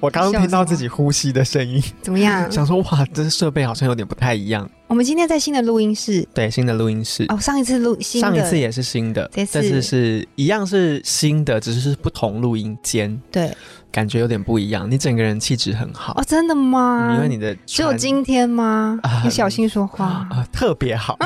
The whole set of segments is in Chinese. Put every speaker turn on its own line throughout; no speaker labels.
我刚刚听到自己呼吸的声音，
怎么样？
想说哇，这设备好像有点不太一样。
我们今天在新的录音室
对，新的录音室，
哦，上一次录新的
上一次也是新的，
这次
这次是一样是新的，只是是不同录音间，
对
感觉有点不一样。你整个人气质很好，
哦，真的吗？
嗯因为你的
只有
穿
今天吗？
啊
你小心说话。
啊特别 好，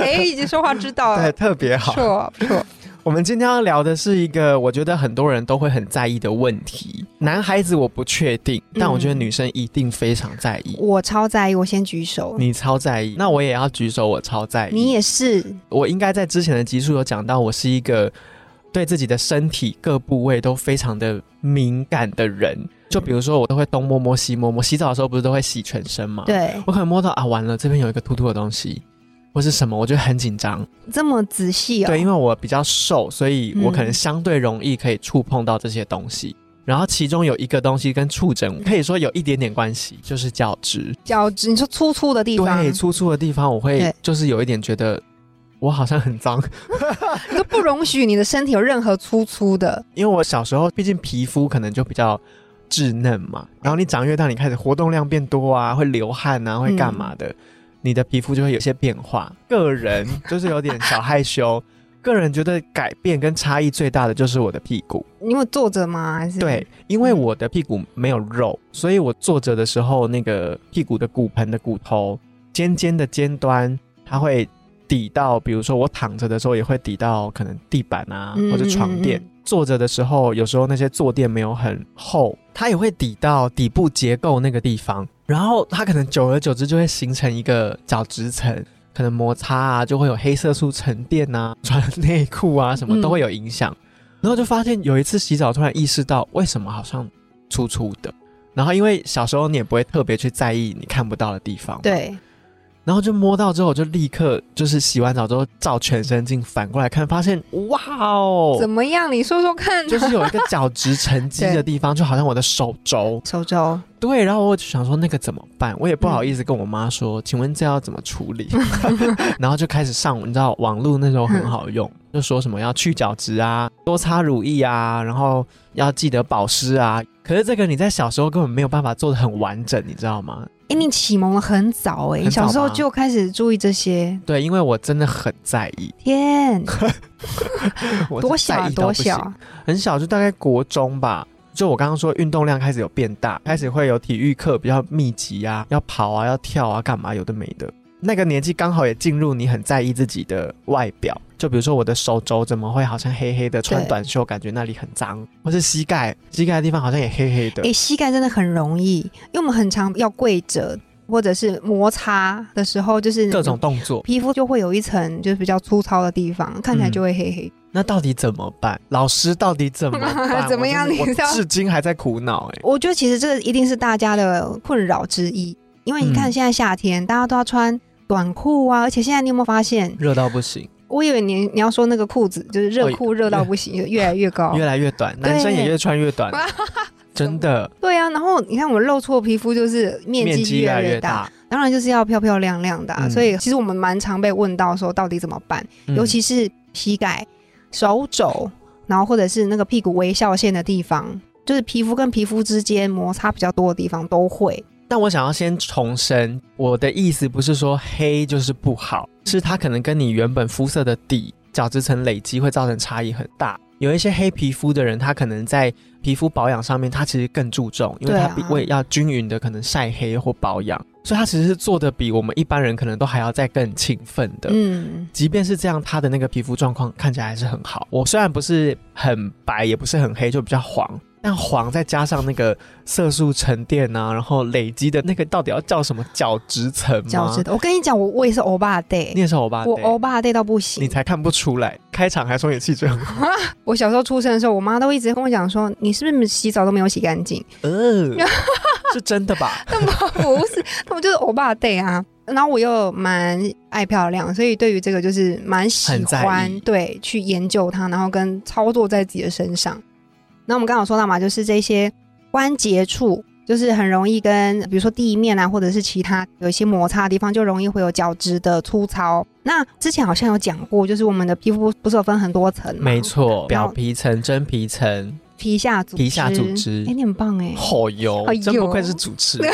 哎，已经说话知道
对，
了，
特别
不
好。
错不错。
我们今天要聊的是一个我觉得很多人都会很在意的问题。
嗯
男孩子我不确定，但我觉得女生一定非常在意。
我超在意，我先举手。
你超在意，那我也要举手，我超在意。
你也是，
我应该在之前的集数有讲到，我是一个对自己的身体各部位都非常的敏感的人。就比如说，我都会东摸摸西摸摸，洗澡的时候不是都会洗全身吗？，
对，
我可能摸到啊，完了这边有一个凸凸的东西，或是什么，我就很紧张。
这么仔细哦。
对，因为我比较瘦，所以我可能
嗯
相对容易可以触碰到这些东西。然后其中有一个东西跟触
嗯
诊可以说有一点点关系，就是角质。
脚趾，你说粗粗的地方，
对，粗粗的地方我会
对
就是有一点觉得我好像很脏，
你都 不容许你的身体有任何粗粗的。
因为我小时候毕竟皮肤可能就比较稚嫩嘛，然后你长越大，你开始活动量变多啊，会流汗
嗯
啊，会干嘛的，你的皮肤就会有些变化。个人就是有点小害 羞，个人觉得改变跟差异最大的就是我的屁股。
你有坐着吗？还是
对，，因为
嗯
我的屁股没有肉，所以我坐着的时候，那个屁股的骨盆的骨头尖尖的尖端，它会抵到，比如说我躺着的时候也会抵到可能地板啊
嗯
或者床垫。
嗯嗯
坐着的时候，有时候那些坐垫没有很厚，它也会抵到底部结构那个地方，然后它可能久而久之就会形成一个角质层。可能摩擦啊，就会有黑色素沉淀啊，穿内裤啊，什么
嗯
都会有影响。然后就发现有一次洗澡，突然意识到为什么好像粗粗的。然后因为小时候你也不会特别去在意你看不到的地方，。
对，
然后就摸到之后，我就立刻就是洗完澡之后照全身镜反过来看，发现哇
怎
哦，
么样？你说说看。
就是有一个角质沉积的
对
地方，就好像我的手肘。
手肘，
对，然后我就想说那个怎么办？我也不好
嗯
意思跟我妈说，请问这要怎么处理？ 然后就开始上，你知道网络那时候很
嗯
好用，就说什么要去角质啊，多擦乳液啊，然后要记得保湿啊。可是这个你在小时候根本没有办法做的很完整，你知道吗？
哎，你启蒙了很早哎，
很
你小
早
时候
吧
就开始注意这些。
对，因为我真的很在意，
天，
我
多
是
小
在
啊
意到
多
不行
小，
很小就大概国中吧。就我刚刚说，运动量开始有变大，开始会有体育课比较密集啊，要跑啊，要跳啊，干嘛有的没的。那个年纪刚好也进入你很在意自己的外表，就比如说我的手肘怎么会好像黑黑的，穿
对
短袖感觉那里很脏，或是膝盖，膝盖的地方好像也黑黑的。
哎，膝盖真的很容易，因为我们很常要跪着或者是摩擦的时候，就是
各种动作，
皮肤就会有一层就是比较粗糙的地方，看起
嗯
来就会黑黑。
那到底怎么办？老师到底 怎么办？
怎么样
我真的
你知道
我至今还在苦恼哎、
我觉得其实这个一定是大家的困扰之一，因为你看
嗯
现在夏天、大家都要穿短裤啊，而且现在你有没有发现？
热到不行，
我以为你你要说那个裤子就是热裤热到不 行，就越来越高。
哦越来越
哦
短，男生也越穿 越短，真的
对啊，然后你看我们露出的皮肤就是面
面
积
积越来
越
越大。
当然就是要漂漂亮亮的啊、
嗯
所以其实我们蛮常被问到说到底怎么办，
嗯
尤其是膝盖、手肘，然后或者是那个屁股微笑线的地方，就是皮肤跟皮肤之间摩擦比较多的地方都会。
但我想要先重申，我的意思不是说黑就是不好，是它可能跟你原本肤色的底角质层累积会造成差异很大。有一些黑皮肤的人，他可能在皮肤保养上面，他其实更注重，因为
对
他
啊
比为要均匀的可能晒黑或保养，所以他其实是做的比我们一般人可能都还要再更勤奋的。
嗯，
即便是这样，他的那个皮肤状况看起来还是很好。我虽然不是很白，也不是很黑，就比较黄。但黄再加上那个色素沉淀啊，然后累积的那个到底要叫什么角质层吗？
角质的。我跟你讲，我我也是欧巴 day，
你也是欧巴
我
对
欧巴 day 到不
你
行。
才看不出来。开场还说你气 质很好，
我小时候出生的时候，我妈都一直跟我讲说，你是不是洗澡都没有洗干净？
呃，是真的吧？
他们不是，他们就是欧巴 day 啊。然后我又蛮爱漂亮，所以对于这个就是蛮喜
很在意
欢对去研究它，然后跟操作在自己的身上。那我们刚刚有说到嘛，就是这些关节处，就是很容易跟比如说地面啊，或者是其他有一些摩擦的地方，就容易会有角质的粗糙。那之前好像有讲过，就是我们的皮肤不是有分很多层吗？
没， 错，表皮层、真皮层、
皮下组织，
皮下组，织
哎、。你很棒哎、
好油
哎，呦
真不愧是主持 人。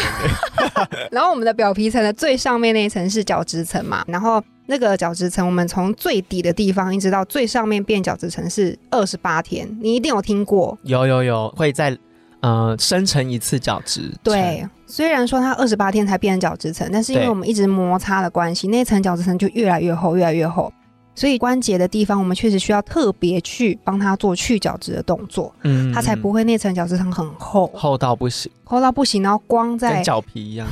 然后我们的表皮层的最上面那一层是角质层嘛，然后那个角质层我们从最底的地方一直到最上面变角质层是二十八天，你一定有听过。
有有有，会再呃生成一次角质。
对，虽然说它二十八天才变成角质层，但是因为
对
我们一直摩擦的关系，那一层角质层就越来越厚，越来越厚。所以关节的地方，我们确实需要特别去帮它做去角质的动作，
嗯，嗯
它才不
嗯
会那层角质层很厚，
厚到不行，
厚到不行。然后光在
跟，脚皮一样。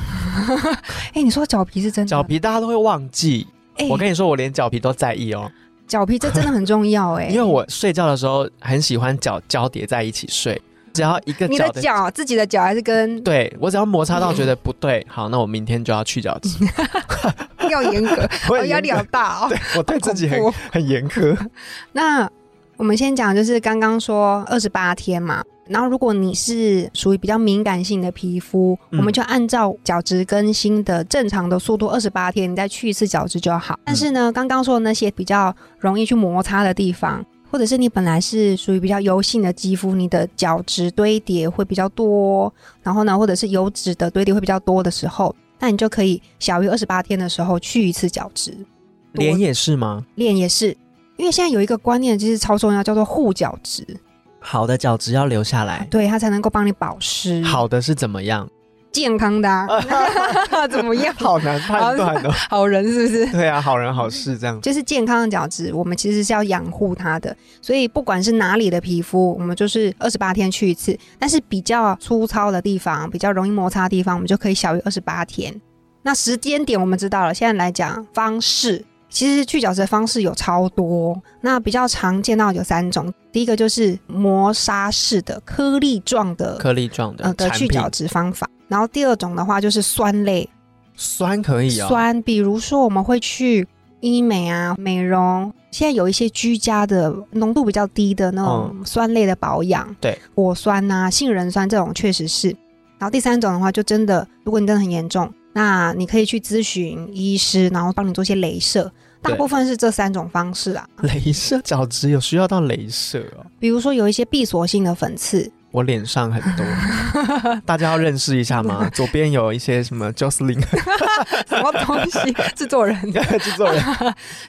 哎、你说脚皮是真的？
脚，皮大家都会忘记，
哎、
我跟你说，我连脚皮都在意哦，
脚皮这真的很重要、哎，
因为我睡觉的时候很喜欢脚交叠在一起睡，只要一个
你
脚
的
的。
脚，自己的脚还是跟
对，我只要摩擦到觉得不对，好，那我明天就要去角 质。
要严格，
我
哦
很
压力好
严
大哦
格，。我对自己很
好恐怖
很 严苛。
那我们先讲，就是刚刚说二十八天嘛。然后，如果你是属于比较敏感性的皮肤，
嗯
我们就按照角质更新的正常的速度，二十八天你再去一次角质就好。但是呢，刚刚说的那些比较容易去摩擦的地方，或者是你本来是属于比较油性的肌肤，你的角质堆叠会比较多，然后呢，或者是油脂的堆叠会比较多的时候，那你就可以小于二十八天的时候去一次角质。多
脸也是吗？
脸也是，因为现在有一个观念其实超重要，叫做护角质，
好的角质要留下来，
对它才能够帮你保湿，
哎好的是怎么样？
健康的、啊，怎么样？
好难判断 哦。
好人是不是？
对啊，好人好事这样。
就是健康的角质，我们其实是要养护它的，所以不管是哪里的皮肤，我们就是二十八天去一次。但是比较粗糙的地方，比较容易摩擦的地方，我们就可以小于二十八天。那时间点我们知道了，现在来讲方式，其实去角质的方式有超多。那比较常见到有三种，第一个就是磨砂式的颗粒状的
颗粒状
呃
的
的
产
去
品，
角质方法，然后第二种的话就是酸类，
酸可以哦。
酸，比如说我们会去医美啊、美容，现在有一些居家的浓度比较低的那种酸类的保养，
对，
果酸啊、杏仁酸这种确实是。然后第三种的话，就真的，如果你真的很严重，那你可以去咨询医师，然后帮你做一些镭射。大
对
部分是这三种方式啊，
镭射角质有需要到镭射哦。
比如说有一些闭锁性的粉刺，
我脸上很多， 大家要认识一下吗？左边有一些什么 Jocelyn
什么东西？ 制作人
制作人，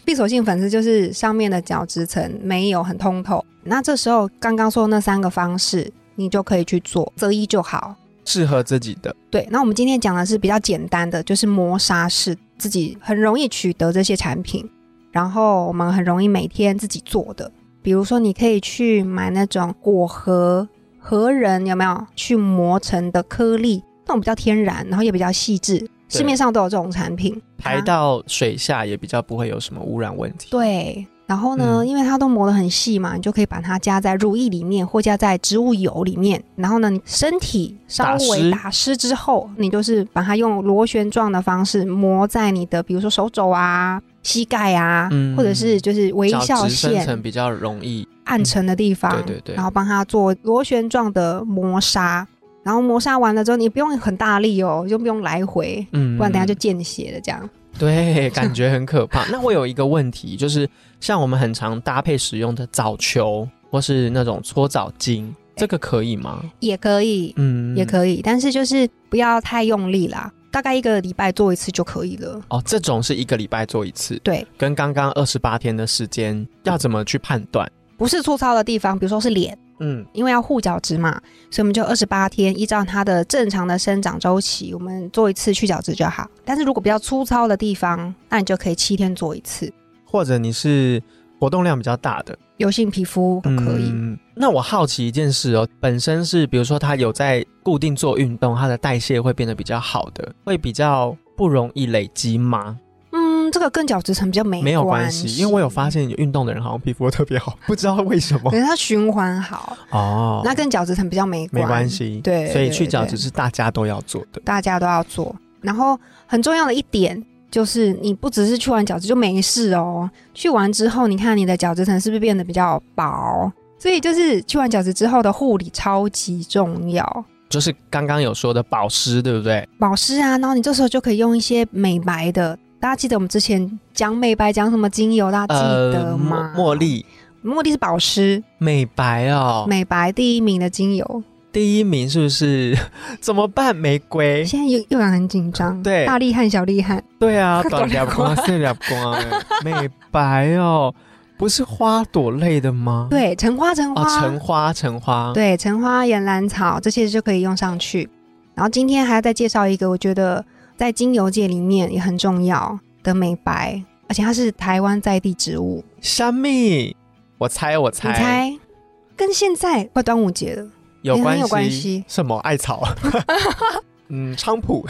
闭锁性粉刺就是上面的角质层没有很通透，那这时候刚刚说的那三个方式，你就可以去做，择一就好。
适合自己的。
对，那我们今天讲的是比较简单的，就是磨砂式，自己很容易取得这些产品，然后我们很容易每天自己做的，比如说你可以去买那种果核核仁，有没有去磨成的颗粒，那种比较天然，然后也比较细致，
对
市面上都有这种产品，
排
它
到水下也比较不会有什么污染问题。
对，然后呢，
嗯
因为它都磨得很细嘛，你就可以把它加在乳液里面，或加在植物油里面。然后呢，你身体稍
打
微
湿
打湿之后，你就是把它用螺旋状的方式磨在你的，比如说手肘啊、膝盖啊，
嗯
或者是就是微
角
笑
质生
线
成比较容易，
暗沉的地方，
对对对
然后帮它做螺旋状的磨砂。然后磨砂完了之后，你不用很大力哦，就不用来回，
嗯
不然等下就见血了这样。
对，感觉很可怕。 那我有一个问题，就是像我们很常搭配使用的藻球或是那种搓澡巾，这个可以吗？
也可以，
嗯，
也
以。
可以，但是就是不要太用力啦，大概一个礼拜做一次就可以了。
哦，这种是一个礼拜做一次，
对，
跟刚刚二十八天的时间要怎么去判断？
不是粗糙的地方，比如说是脸，
嗯，
因为要护角质嘛，所以我们就二十八天，依照它的正常的生长周期，我们做一次去角质就好。但是如果比较粗糙的地方，那你就可以七天做一次。
或者你是活动量比较大的，
油性皮肤都可以，
嗯那我好奇一件事哦，本身是比如说他有在固定做运动，他的代谢会变得比较好的，会比较不容易累积吗？
嗯，这个跟角质层比较没
没有关
系，
系，因为我有发现有运动的人好像皮肤特别好， 不知道为什 么
可能它循环好，
哦。
那跟角质层比较没
没关
关。
系，
对
所
对
以去角
对
质是大家都要做的。
大家都要做。然后很重要的一点就是，你不只是去完角质就没事哦，去完之后，你看你的角质层是不是变得比较薄？所以就是去完角质之后的护理超级重要，
就是刚刚有说的保湿，对不对？
保湿啊，然后你这时候就可以用一些美白的。大家记得我们之前讲美白讲什么精油，大家啊记得吗？
呃茉茉，莉
呃茉莉是保湿
美白哦，
美白第一名的精油。
第一名是不是？ 怎么办？玫瑰？
现在又又让人紧张，
对
大厉害小厉害，
对 啊，
短
短
两
两光、碎两光，哎美白哦，不是花朵类的吗？
对，橙花橙花，
哦，橙花，橙花，
对，橙花、岩兰草这些就可以用上去。然后今天还要再介绍一个，我觉得在精油界里面也很重要的美白，而且它是台湾在地植物。
香蜜。我猜，我
你
猜，
猜，跟现在快端午节了，
有
也很
关
有
系？
关系
什么 艾草？嗯，菖蒲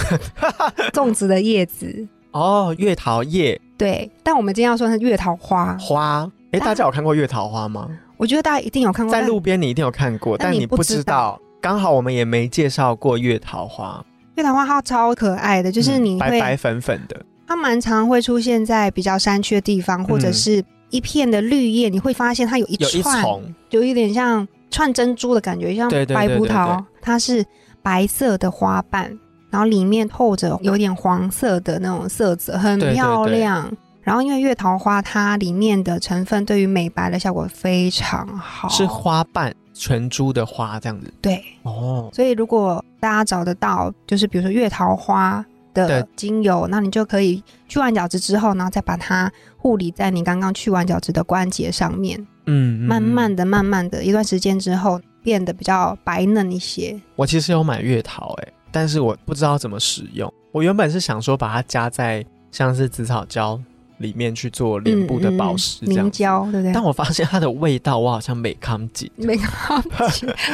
粽子的叶子，
哦，月桃叶
对。但我们今天要说的是月桃花，
花。哎，
啊
大家有看过月桃花吗？
我觉得大家一定有看过，
在
但
路边你一定有看过，
但
但
你
你
不
不
知
知道。刚好我们也没介绍过月桃花，
月桃花它超可爱的，就是
嗯
你
白
会、
白粉粉的，
它蛮常会出现在比较山区的地方，或者
嗯
是一片的绿叶，你会发现它有一
有一
串
丛，
有一点像串珍珠的感觉，像
对对对
白葡
对
萄
对，
它是白色的花瓣，然后里面透着有点黄色的那种色泽，很
对对对
漂亮。然后因为月桃花它里面的成分对于美白的效果非常好，
是花
哦
瓣全株的花这样子。
对，
哦，
所以如果大家找得到，就是比如说月桃花。的
对
精油，那你就可以去完角质之后，然后再把它护理在你刚刚去完角质的关节上面。
嗯，嗯
慢慢
嗯
的、慢慢的一段时间之后，变得比较白嫩一些。
我其实有买月桃、哎，但是我不知道怎么使用。我原本是想说把它加在像是紫草胶里面去做脸部的保湿这样
凝
子。
胶，对不对
但？我发现它的味道，我好像没康几，
没看到，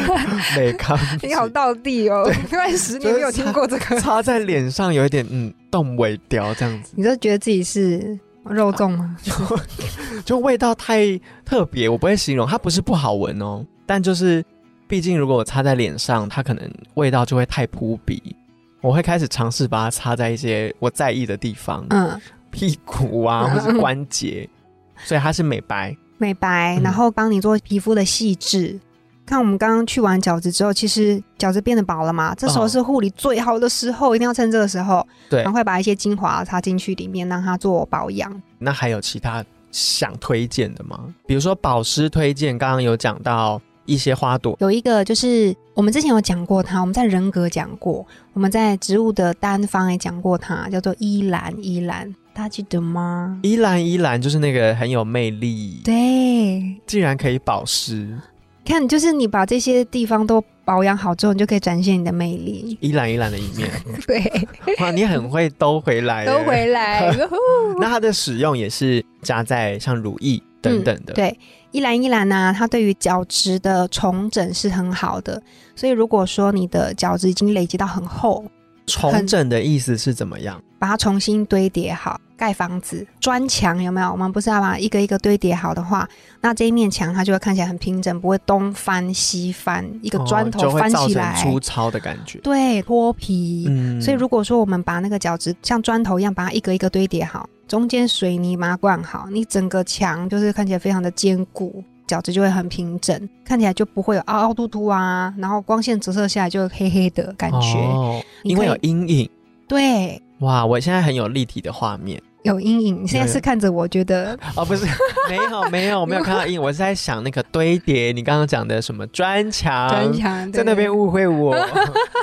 没康几
你好道地哦！因为十年没有听过这个，
擦在脸上有一点嗯动尾雕这样子，
你就觉得自己是肉粽吗？
就味道太特别，我不会形容，它不是不好闻哦，但就是，毕竟如果我擦在脸上，它可能味道就会太扑鼻。我会开始尝试把它擦在一些我在意的地方，
嗯，
屁股 啊，
嗯
或是关节，所以它是美白。
美白，
嗯
然后帮你做皮肤的细致。看我们刚刚去完角质之后，其实角质变得薄了嘛，这时候
哦
是护理最好的时候，一定要趁这个时候，
对
赶快把一些精华擦进去里面，让它做保养。
那还有其他想推荐的吗？比如说保湿推荐，刚刚有讲到一些花朵，
有一个就是我们之前有讲过它，我们在人格讲过，我们在植物的单方也讲过它，叫做依兰依兰，大家记得吗？
依兰依兰就是那个很有魅力，
对，
竟然可以保湿。
看就是你把这些地方都保养好之后，你就可以展现你的魅力。
依兰依兰的一面，
对，
哇，你很会兜回来耶，
都回来。
那它的使用也是加在像乳液等等的，
嗯对，依兰依兰呢、它对于角质的重整是很好的，所以如果说你的角质已经累积到很厚，
重整的意思是怎么样？
把它重新堆叠好，盖房子、砖墙有没有？我们不是要把一个一个堆叠好的话，那这一面墙它就会看起来很平整，不会东翻西翻，一个砖
哦就
头
会
翻
造
起
成
来，
粗糙的感觉。
对，脱皮。
嗯
所以如果说我们把那个角质像砖头一样，把它一个一个堆叠好，中间水泥把它灌好，你整个墙就是看起来非常的坚固。角质就会很平整，看起来就不会有凹凹凸凸啊，然后光线折射下来就黑黑的感觉。
哦，
你
因为
可
有
以
阴影，
对，
哇，我现在很有立体的画面
有阴影，现在是看着我觉得
哦，不是， 没有 没有没有看到阴影，我是在想那个堆叠，你刚刚讲的什么砖墙，
砖墙
啊在那边。误会 我，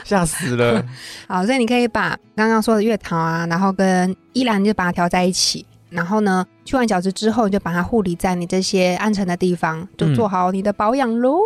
吓死了。
对好，所以你可以把刚刚说的月桃啊，然后跟依兰就把它调在一起，然后呢，去完角质之后，你就把它护理在你这些暗沉的地方，就
嗯
做好你的保养喽。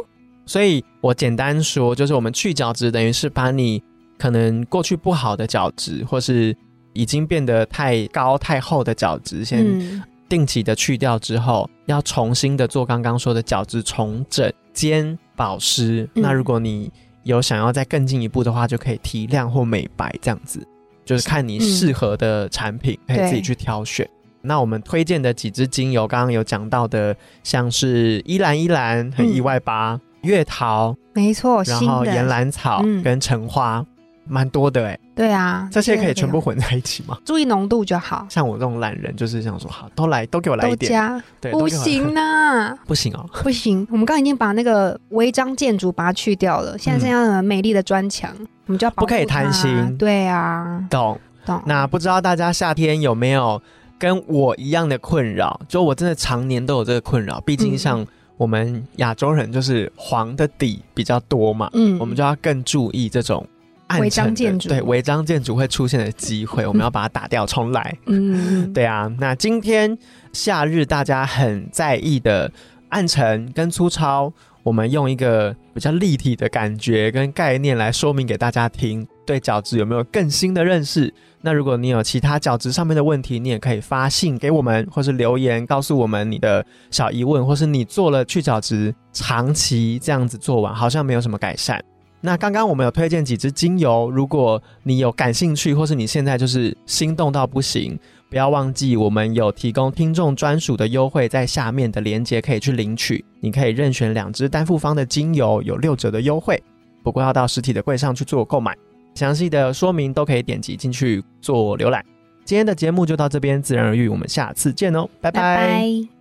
所以我简单说，就是我们去角质，等于是把你可能过去不好的角质，或是已经变得太高太厚的角质，先
嗯，
定期的去掉之后，要重新的做刚刚说的角质重整兼保湿。
嗯
那如果你有想要再更进一步的话，就可以提
嗯
亮或美白这样子，就是看你适合的产品，可以自己去挑选。那我们推荐的几支精油，刚刚有讲到的，像是依兰依兰，很意外吧？月桃，
没错，
然
哦新
后岩
的，
兰草
嗯
跟橙花，蛮多的哎、
对啊，
这些可
真的
以全部混在一起吗？
注意浓度就好，
像我这种懒人，就是想说，好，都来，都给我来
都
一点，
加
对，
不
都给我来，
行啊，
不行哦，
不行，我们刚刚已经把那个违章建筑把它去掉了，现在剩下的美丽的砖墙，我们就要保护
不可以贪
它
心
对啊，
懂。
懂。
那不知道大家夏天有没有跟我一样的困扰？就我真的常年都有这个困扰，毕竟
嗯
像我们亚洲人就是黄的底比较多嘛，
嗯
我们就要更注意这种暗
违
沉
章
的
建筑
对违章建筑会出现的机会，我们要把它打掉，重来。
嗯，
对啊，那今天夏日大家很在意的呃暗沉跟粗糙，我们用一个比较立体的感觉跟概念来说明给大家听，对角质有没有更新的认识？那如果你有其他角质上面的问题，你也可以发信给我们，或是留言告诉我们你的小疑问，或是你做了去角质，长期这样子做完好像没有什么改善。那刚刚我们有推荐几支精油，如果你有感兴趣，或是你现在就是心动到不行，不要忘记，我们有提供听众专属的优惠，在下面的链接可以去领取。你可以任选两支单复方的精油，有六折的优惠。不过要到实体的柜上去做购买，详细的说明都可以点击进去做浏览。今天的节目就到这边，自然而愈，我们下次见哦，拜
拜拜。